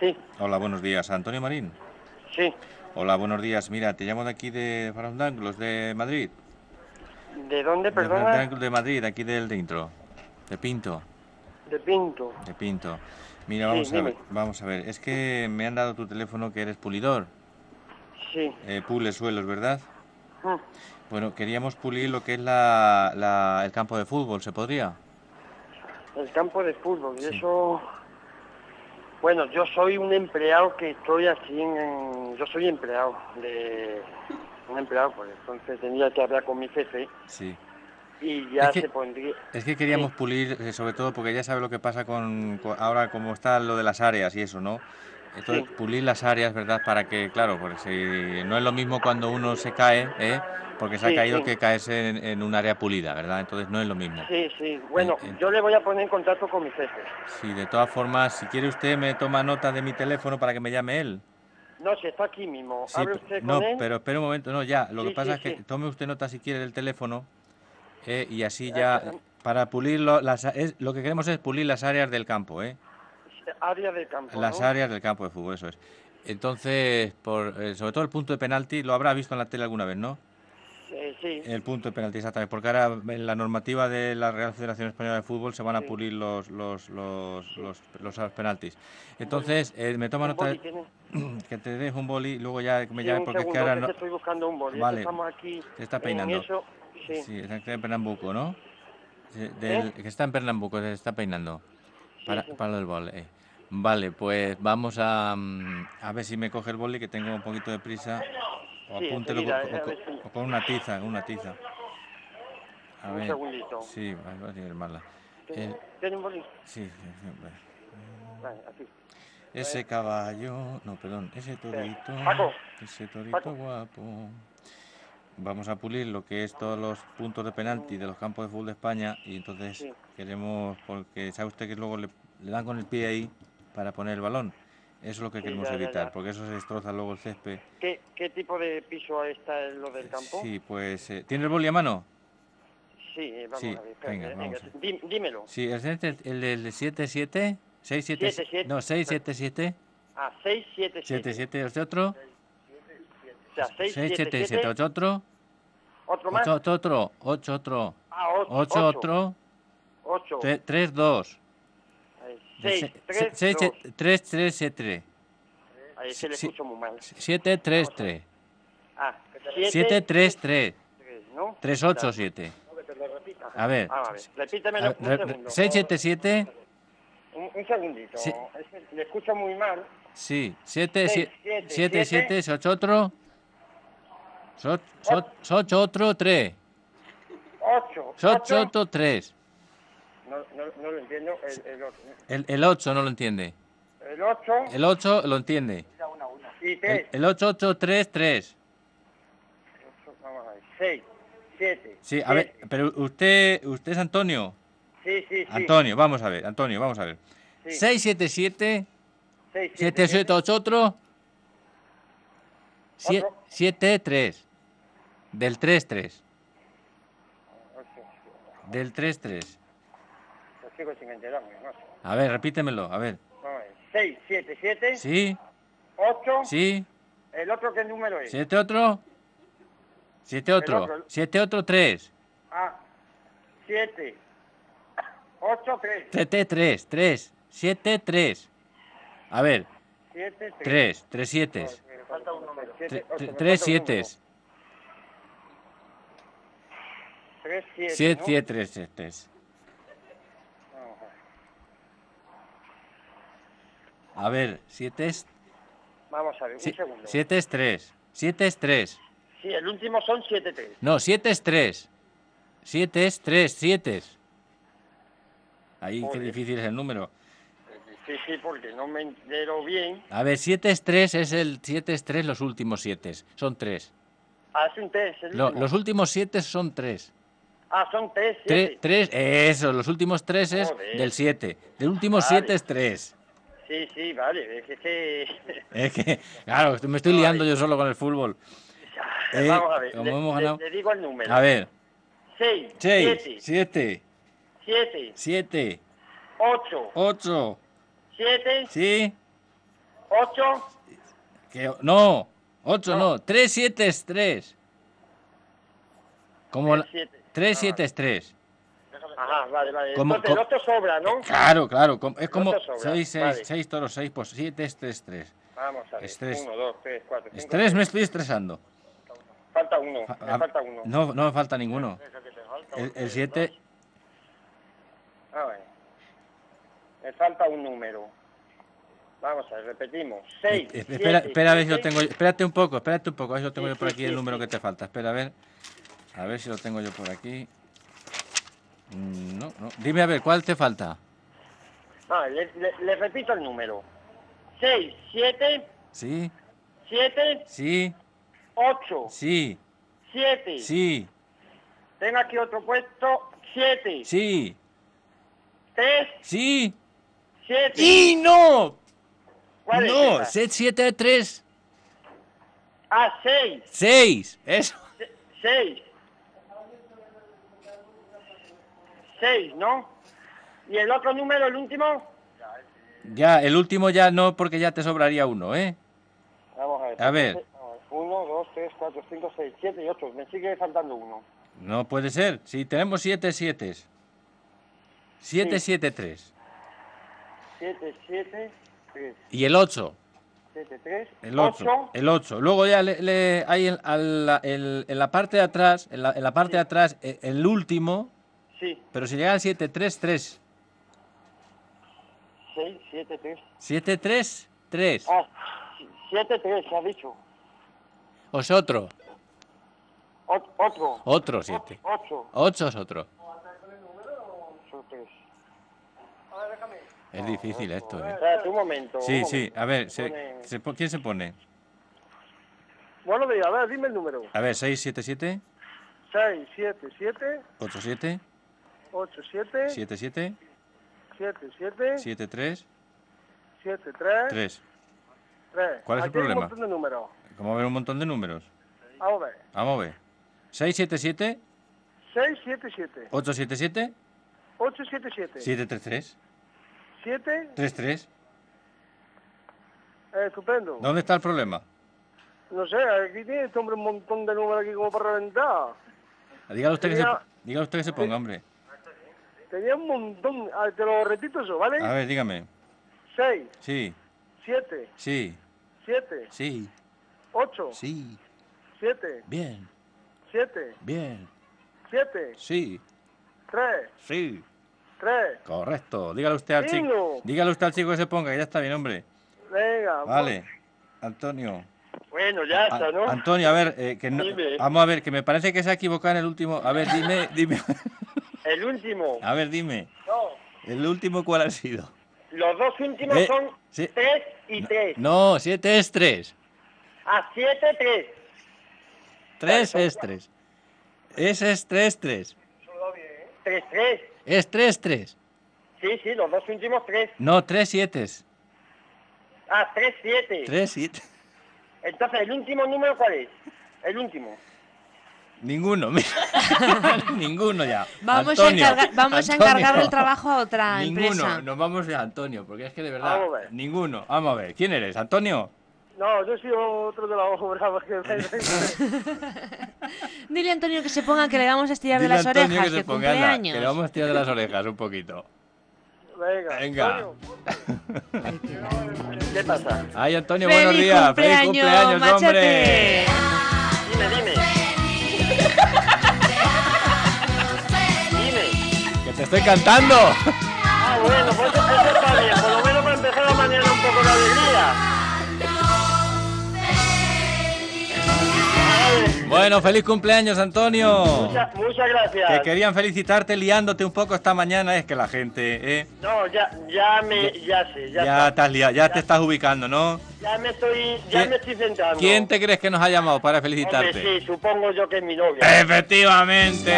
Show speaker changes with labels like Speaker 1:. Speaker 1: Sí,
Speaker 2: Hola, buenos días. Antonio Marín.
Speaker 1: sí.
Speaker 2: Hola, buenos días. Mira, te llamo de aquí de Farandang, los de Madrid.
Speaker 1: ¿De dónde,
Speaker 2: De
Speaker 1: perdona?
Speaker 2: Farandang de Madrid, aquí del Dintro. De Pinto,
Speaker 1: De Pinto.
Speaker 2: de Pinto. Mira,
Speaker 1: Sí,
Speaker 2: vamos a
Speaker 1: dime.
Speaker 2: ver, vamos a ver. Es que me han dado tu teléfono que eres pulidor.
Speaker 1: Sí.
Speaker 2: Eh, pules suelos, ¿verdad?
Speaker 1: Mm.
Speaker 2: Bueno, queríamos pulir lo que es la, la- el campo de fútbol, ¿se podría?
Speaker 1: El campo de fútbol. Y eso... Bueno, yo soy un empleado que estoy aquí en... en- Yo soy empleado de... Un empleado, pues entonces tendría que hablar con mi jefe
Speaker 2: Sí.
Speaker 1: y ya
Speaker 2: Es que-
Speaker 1: se pondría...
Speaker 2: Es que queríamos pulir, eh, sobre todo porque ya sabe lo que pasa con, con- ahora como está lo de las áreas y eso, ¿no? Entonces,
Speaker 1: Sí.
Speaker 2: pulir las áreas, ¿verdad? Para que, claro, porque si no es lo mismo cuando uno se cae, ¿eh? Porque se ha
Speaker 1: Sí,
Speaker 2: caído
Speaker 1: sí.
Speaker 2: que caerse en, en un área pulida, ¿verdad? Entonces no es lo mismo.
Speaker 1: Sí, sí. Bueno,
Speaker 2: Eh, eh.
Speaker 1: yo le voy a poner en contacto con mi jefe.
Speaker 2: Sí, de todas formas, si quiere usted me toma nota de mi teléfono para que me llame él.
Speaker 1: No, si está aquí mismo.
Speaker 2: Sí,
Speaker 1: ¿Hable
Speaker 2: pe-
Speaker 1: usted con
Speaker 2: no,
Speaker 1: él?
Speaker 2: pero espera un momento, no, ya, lo
Speaker 1: Sí,
Speaker 2: que pasa
Speaker 1: sí,
Speaker 2: es que
Speaker 1: sí.
Speaker 2: tome usted nota si quiere del teléfono eh, y así
Speaker 1: Ah,
Speaker 2: ya,
Speaker 1: perdón.
Speaker 2: para pulirlo, las, a- es, lo que queremos es pulir las áreas del campo, ¿eh?
Speaker 1: Área del campo,
Speaker 2: Las
Speaker 1: ¿no?
Speaker 2: áreas del campo de fútbol, eso es. Entonces, por, eh, sobre todo el punto de penalti, lo habrá visto en la tele alguna vez, ¿no?
Speaker 1: Eh, sí.
Speaker 2: El punto de penalti, exactamente, porque ahora en la normativa de la Real Federación Española de Fútbol se van a
Speaker 1: Sí.
Speaker 2: pulir los, los, los, los, los penaltis. Entonces, eh, me toma
Speaker 1: Un
Speaker 2: nota
Speaker 1: boli,
Speaker 2: de-
Speaker 1: ¿tiene?
Speaker 2: que te dejo un boli y luego ya que me
Speaker 1: Sí,
Speaker 2: llame,
Speaker 1: un
Speaker 2: porque es que
Speaker 1: segundo,
Speaker 2: ahora
Speaker 1: que
Speaker 2: no...
Speaker 1: estoy buscando un boli.
Speaker 2: Vale.
Speaker 1: Estamos aquí
Speaker 2: Se está
Speaker 1: en
Speaker 2: peinando.
Speaker 1: eso, sí.
Speaker 2: Sí, exactamente, en Pernambuco, ¿no? Eh, del- Que está en Pernambuco, se está peinando. Para,
Speaker 1: sí.
Speaker 2: para el bol. eh. Vale, pues vamos a, mm, a ver si me coge el boli, que tengo un poquito de prisa. O
Speaker 1: Sí,
Speaker 2: apúntelo
Speaker 1: enseguida,
Speaker 2: con,
Speaker 1: eh, a
Speaker 2: con-
Speaker 1: ver si-
Speaker 2: o con una tiza, con una tiza. A
Speaker 1: Un
Speaker 2: ver.
Speaker 1: segundito.
Speaker 2: Sí, va- voy a firmarla.
Speaker 1: ¿Tiene,
Speaker 2: Eh,
Speaker 1: tiene un boli?
Speaker 2: sí, sí, sí, bueno.
Speaker 1: Vale, aquí.
Speaker 2: Ese caballo, no, perdón, ese torito,
Speaker 1: Paco,
Speaker 2: ese torito
Speaker 1: Paco.
Speaker 2: guapo. Vamos a pulir lo que es todos los puntos de penalti de los campos de fútbol de España y entonces
Speaker 1: Sí.
Speaker 2: queremos, porque sabe usted que luego le, le dan con el pie ahí para poner el balón. Eso es lo que
Speaker 1: Sí,
Speaker 2: queremos
Speaker 1: ya, ya,
Speaker 2: evitar,
Speaker 1: ya.
Speaker 2: porque eso se destroza luego el césped.
Speaker 1: ¿Qué, qué tipo de piso está en lo del campo?
Speaker 2: Sí, pues, eh, ¿tiene el boli a mano?
Speaker 1: Sí, eh, vamos
Speaker 2: Sí,
Speaker 1: a ver. espérate,
Speaker 2: venga, vamos a ver.
Speaker 1: dí- dímelo.
Speaker 2: Sí, el 77, el, del 77, 677,
Speaker 1: Siete,
Speaker 2: no,
Speaker 1: siete.
Speaker 2: 677,
Speaker 1: A 677.
Speaker 2: 77, ¿este otro?
Speaker 1: O sea,
Speaker 2: 677,
Speaker 1: 677.
Speaker 2: ¿este otro?
Speaker 1: Otro más.
Speaker 2: 8 otro, 8 otro,
Speaker 1: Ah, 8.
Speaker 2: 8 otro,
Speaker 1: 8.
Speaker 2: 3 2.
Speaker 1: 6, 3,
Speaker 2: 3 3 3
Speaker 1: Ahí se le
Speaker 2: sí.
Speaker 1: escucho muy mal.
Speaker 2: 7 3 3.
Speaker 1: Ah,
Speaker 2: 7
Speaker 1: 7,
Speaker 2: 3 3.
Speaker 1: 3, ¿no?
Speaker 2: 3 8 7. A ver.
Speaker 1: Ah, vale. Repítemelo un segundo.
Speaker 2: 6 7 7.
Speaker 1: Un, un segundito.
Speaker 2: Sí.
Speaker 1: Es que Le escucho muy mal.
Speaker 2: Sí, 7
Speaker 1: Seis, siete,
Speaker 2: 7
Speaker 1: siete.
Speaker 2: 7 8 otro. 8 otro 3.
Speaker 1: 8.
Speaker 2: 8 otro 3.
Speaker 1: No, no, no lo entiendo. El, el, otro.
Speaker 2: El 8 no lo entiende.
Speaker 1: el 8
Speaker 2: El 8 lo entiende.
Speaker 1: y 3.
Speaker 2: El 8 8 3 3.
Speaker 1: Vamos a ver. 6, 7.
Speaker 2: Sí, a ver, pero usted, usted es Antonio.
Speaker 1: Sí, sí, sí.
Speaker 2: Antonio, vamos a ver, Antonio, vamos a ver.
Speaker 1: Sí.
Speaker 2: 677
Speaker 1: 6, 7, 7.
Speaker 2: 778
Speaker 1: Otro.
Speaker 2: 73 del 33, del 33.
Speaker 1: Lo sigo sin enterarme. No sé.
Speaker 2: A ver, repítemelo, a ver.
Speaker 1: Vamos a ver. 6, 7, 7.
Speaker 2: Sí,
Speaker 1: 8.
Speaker 2: sí,
Speaker 1: ¿El otro qué número es?
Speaker 2: siete otro 7 otro
Speaker 1: otro.
Speaker 2: 7 otro 3
Speaker 1: Ah, 7. 8, 3.
Speaker 2: 7 3 3 7 3. A ver,
Speaker 1: 7, 3.
Speaker 2: 3, 3 7
Speaker 1: Me falta un número.
Speaker 2: 3 7
Speaker 1: 3, 7.
Speaker 2: 7 7 3 7. A ver, 7 es
Speaker 1: Vamos a ver, un segundo.
Speaker 2: 7 es 3. 7 es 3.
Speaker 1: Sí, el último son 7, 3.
Speaker 2: No, 7 es 3. 7 es 3, 7. Ahí qué
Speaker 1: Joder.
Speaker 2: difícil es el número.
Speaker 1: Sí, sí, porque no me entero bien.
Speaker 2: A ver, 7 es 3 es el 7 es 3 los últimos 7. Son 3.
Speaker 1: Ah, es un 3, el último.
Speaker 2: los últimos 7 son 3.
Speaker 1: Ah, son 3,
Speaker 2: 3
Speaker 1: 7.
Speaker 2: eso, los últimos 3 es
Speaker 1: Joder.
Speaker 2: del 7. Del último
Speaker 1: Vale.
Speaker 2: 7 es 3.
Speaker 1: Sí, sí, vale, es que... que-
Speaker 2: Es que, claro, me estoy liando yo solo con el fútbol. Eh,
Speaker 1: Vamos a ver,
Speaker 2: como
Speaker 1: le,
Speaker 2: hemos
Speaker 1: le-
Speaker 2: ganado-
Speaker 1: le digo el número.
Speaker 2: A ver,
Speaker 1: 6,
Speaker 2: 6,
Speaker 1: 7,
Speaker 2: 7,
Speaker 1: 7,
Speaker 2: 7,
Speaker 1: 8,
Speaker 2: 8,
Speaker 1: 7,
Speaker 2: ¿sí?
Speaker 1: ¿Ocho?
Speaker 2: Que- no, 8 no, 3, 7 es 3. Como la-
Speaker 1: Tres, siete.
Speaker 2: 3,
Speaker 1: Ah,
Speaker 2: 7 es 3.
Speaker 1: Ajá, vale, vale.
Speaker 2: Como-
Speaker 1: Entonces,
Speaker 2: co-
Speaker 1: no te sobra, ¿no?
Speaker 2: Claro, claro, com- es como
Speaker 1: te sobra,
Speaker 2: 6, 6,
Speaker 1: vale.
Speaker 2: 6 toros, 6 por 7 es 3, 3.
Speaker 1: Vamos a ver.
Speaker 2: Estrés.
Speaker 1: Uno, dos, tres, cuatro, cinco.
Speaker 2: Estrés, me estoy estresando.
Speaker 1: Falta uno,
Speaker 2: Fa-
Speaker 1: me
Speaker 2: a-
Speaker 1: falta uno.
Speaker 2: No, no me falta ninguno.
Speaker 1: Eso que te falta, uno,
Speaker 2: El- El
Speaker 1: tres,
Speaker 2: 7,
Speaker 1: dos. A ver. Ah, Me falta un número. Vamos a ver, repetimos. Seis.
Speaker 2: Eh, espera,
Speaker 1: siete,
Speaker 2: espera a ver si lo
Speaker 1: siete.
Speaker 2: tengo yo. Espérate un poco, espérate un poco, a ver si lo tengo
Speaker 1: Sí,
Speaker 2: yo por
Speaker 1: sí,
Speaker 2: aquí el
Speaker 1: sí,
Speaker 2: número
Speaker 1: sí.
Speaker 2: que te falta. Espera, a ver. A ver si lo tengo yo por aquí. Mm, No, no. Dime a ver, ¿cuál te falta?
Speaker 1: Ah, le, le- le repito el número. Seis, siete,
Speaker 2: Sí,
Speaker 1: siete,
Speaker 2: sí,
Speaker 1: ocho,
Speaker 2: sí,
Speaker 1: siete.
Speaker 2: sí,
Speaker 1: Tengo aquí otro puesto. Siete,
Speaker 2: sí,
Speaker 1: tres,
Speaker 2: sí.
Speaker 1: siete.
Speaker 2: ¡Y no!
Speaker 1: ¿Cuál es
Speaker 2: No,
Speaker 1: esa?
Speaker 2: 7 3,
Speaker 1: Ah, seis,
Speaker 2: 6. Eso.
Speaker 1: se- seis. Seis, ¿no? ¿Y el otro número, el último?
Speaker 2: Ya, el último ya no, porque ya te sobraría uno, ¿eh?
Speaker 1: Vamos a ver.
Speaker 2: A ver.
Speaker 1: 1, 2, 3, 4, 5, 6, 7 y 8. Me sigue faltando uno.
Speaker 2: No puede ser. Si tenemos 7 7. 7 7 3.
Speaker 1: 7, 7, 3,
Speaker 2: Y el 8.
Speaker 1: 7, 3.
Speaker 2: El 8. El 8. Luego ya le, le- hay en, a la, el- en la parte de atrás, en la, en la parte de atrás, e- el último,
Speaker 1: Sí,
Speaker 2: pero si llega al 7 3 3.
Speaker 1: 6, 7, 3.
Speaker 2: 7 3 3.
Speaker 1: Ah, 7, 3, se ha dicho.
Speaker 2: Es otro.
Speaker 1: Ot- otro.
Speaker 2: Otro 7.
Speaker 1: 8,
Speaker 2: 8 es otro.
Speaker 1: 8, 3.
Speaker 2: Es difícil esto, ¿eh?
Speaker 1: Espérate un momento. un
Speaker 2: Sí, sí.
Speaker 1: momento.
Speaker 2: A ver, se-
Speaker 1: Pone-
Speaker 2: se po- ¿quién se pone?
Speaker 1: No lo veo, a ver, dime el número.
Speaker 2: A ver, 6 7 7.
Speaker 1: 6, 7, 7,
Speaker 2: 8 7.
Speaker 1: 8, 7, 7,
Speaker 2: 7 7.
Speaker 1: 7, 7,
Speaker 2: 7 3.
Speaker 1: 3,
Speaker 2: 3.
Speaker 1: 3.
Speaker 2: ¿Cuál es
Speaker 1: Aquí
Speaker 2: el
Speaker 1: hay
Speaker 2: problema?
Speaker 1: un montón de números.
Speaker 2: Vamos a ver un montón de números.
Speaker 1: Vamos a ver.
Speaker 2: Vamos a ver. 677,
Speaker 1: 6, 7, 7,
Speaker 2: 877,
Speaker 1: 8, 7, 7.
Speaker 2: 733,
Speaker 1: 7,
Speaker 2: 33.
Speaker 1: eh, estupendo. No.
Speaker 2: ¿Dónde está el problema?
Speaker 1: sé, aquí tiene este hombre un montón de números aquí como para reventar.
Speaker 2: Dígalo usted que se,
Speaker 1: Sería-
Speaker 2: dígalo usted que se ponga, hombre.
Speaker 1: Tenía un montón, ah, te lo repito eso,
Speaker 2: A
Speaker 1: ¿vale?
Speaker 2: ver, dígame.
Speaker 1: 6,
Speaker 2: Sí,
Speaker 1: 7,
Speaker 2: sí,
Speaker 1: 7,
Speaker 2: sí,
Speaker 1: 8,
Speaker 2: sí.
Speaker 1: 7,
Speaker 2: Bien,
Speaker 1: 7,
Speaker 2: bien.
Speaker 1: 7,
Speaker 2: Sí,
Speaker 1: 3,
Speaker 2: sí.
Speaker 1: 3.
Speaker 2: Correcto. Dígalo usted al chico.
Speaker 1: Bingo.
Speaker 2: Dígalo usted al chico que se ponga, que ya está bien, hombre.
Speaker 1: Venga.
Speaker 2: Vale. Ah, Antonio.
Speaker 1: Bueno, ya
Speaker 2: A-
Speaker 1: está, ¿no?
Speaker 2: Antonio, a ver, eh, que no-
Speaker 1: Dime.
Speaker 2: vamos a ver, que me parece que se ha equivocado en el último. A ver, dime, dime.
Speaker 1: El último.
Speaker 2: A ver, dime.
Speaker 1: No.
Speaker 2: ¿El último cuál ha sido?
Speaker 1: Los dos últimos
Speaker 2: Eh,
Speaker 1: son
Speaker 2: sí.
Speaker 1: 3 y Ah, 3.
Speaker 2: No, 7 es 3.
Speaker 1: A 7, 3.
Speaker 2: 3 es 3. Ese es 3, 3.
Speaker 1: 3, 3.
Speaker 2: Es 3, 3.
Speaker 1: Sí, sí, los dos últimos 3.
Speaker 2: No, 3, 7.
Speaker 1: A 3, 7.
Speaker 2: 3, 7.
Speaker 1: Entonces, ¿el último número cuál es? El último.
Speaker 2: Ninguno, mira. Ninguno ya.
Speaker 3: Vamos,
Speaker 2: Antonio,
Speaker 3: a, encargar, vamos
Speaker 2: Antonio.
Speaker 3: a encargar el trabajo a otra
Speaker 2: Ninguno,
Speaker 3: empresa.
Speaker 2: nos vamos a Antonio, porque es que de verdad,
Speaker 1: Vamos a ver.
Speaker 2: ninguno. Vamos a ver, ¿quién eres? ¿Antonio?
Speaker 1: No, yo soy otro de la obra. porque-
Speaker 3: Dile a Antonio que se ponga que le vamos a estirar
Speaker 2: Dile
Speaker 3: de
Speaker 2: a
Speaker 3: las
Speaker 2: Antonio
Speaker 3: orejas,
Speaker 2: que
Speaker 3: que,
Speaker 2: se ponga
Speaker 3: cumple
Speaker 2: anda,
Speaker 3: años.
Speaker 2: Que le vamos a tirar de las orejas un poquito.
Speaker 1: Venga.
Speaker 2: Venga.
Speaker 1: Antonio,
Speaker 3: Ay, qué
Speaker 1: ¿Qué pasa?
Speaker 2: Ay, Antonio,
Speaker 3: ¡Feliz
Speaker 2: buenos días. ¡Feliz cumpleaños, hombre!
Speaker 3: machote!
Speaker 1: Dime, dime. Dime.
Speaker 2: ¡Que te estoy cantando!
Speaker 1: Ah, bueno, pues eso está bien. Por lo menos para empezar la mañana un poco de alegría. Vale,
Speaker 2: Bueno, feliz cumpleaños, Antonio.
Speaker 1: mucha- muchas
Speaker 2: Que
Speaker 1: gracias.
Speaker 2: querían felicitarte liándote un poco esta mañana, es que la gente, ¿eh?
Speaker 1: No, ya, ya me, ya sé, ya,
Speaker 2: Ya,
Speaker 1: está.
Speaker 2: estás lia- ya te estás ubicando, ¿no?
Speaker 1: ya me estoy, ya
Speaker 2: ¿Quién-
Speaker 1: me estoy sentando.
Speaker 2: ¿Quién te crees que nos ha llamado para
Speaker 1: Hombre,
Speaker 2: felicitarte?
Speaker 1: sí, supongo yo que es mi novia.
Speaker 2: Efectivamente.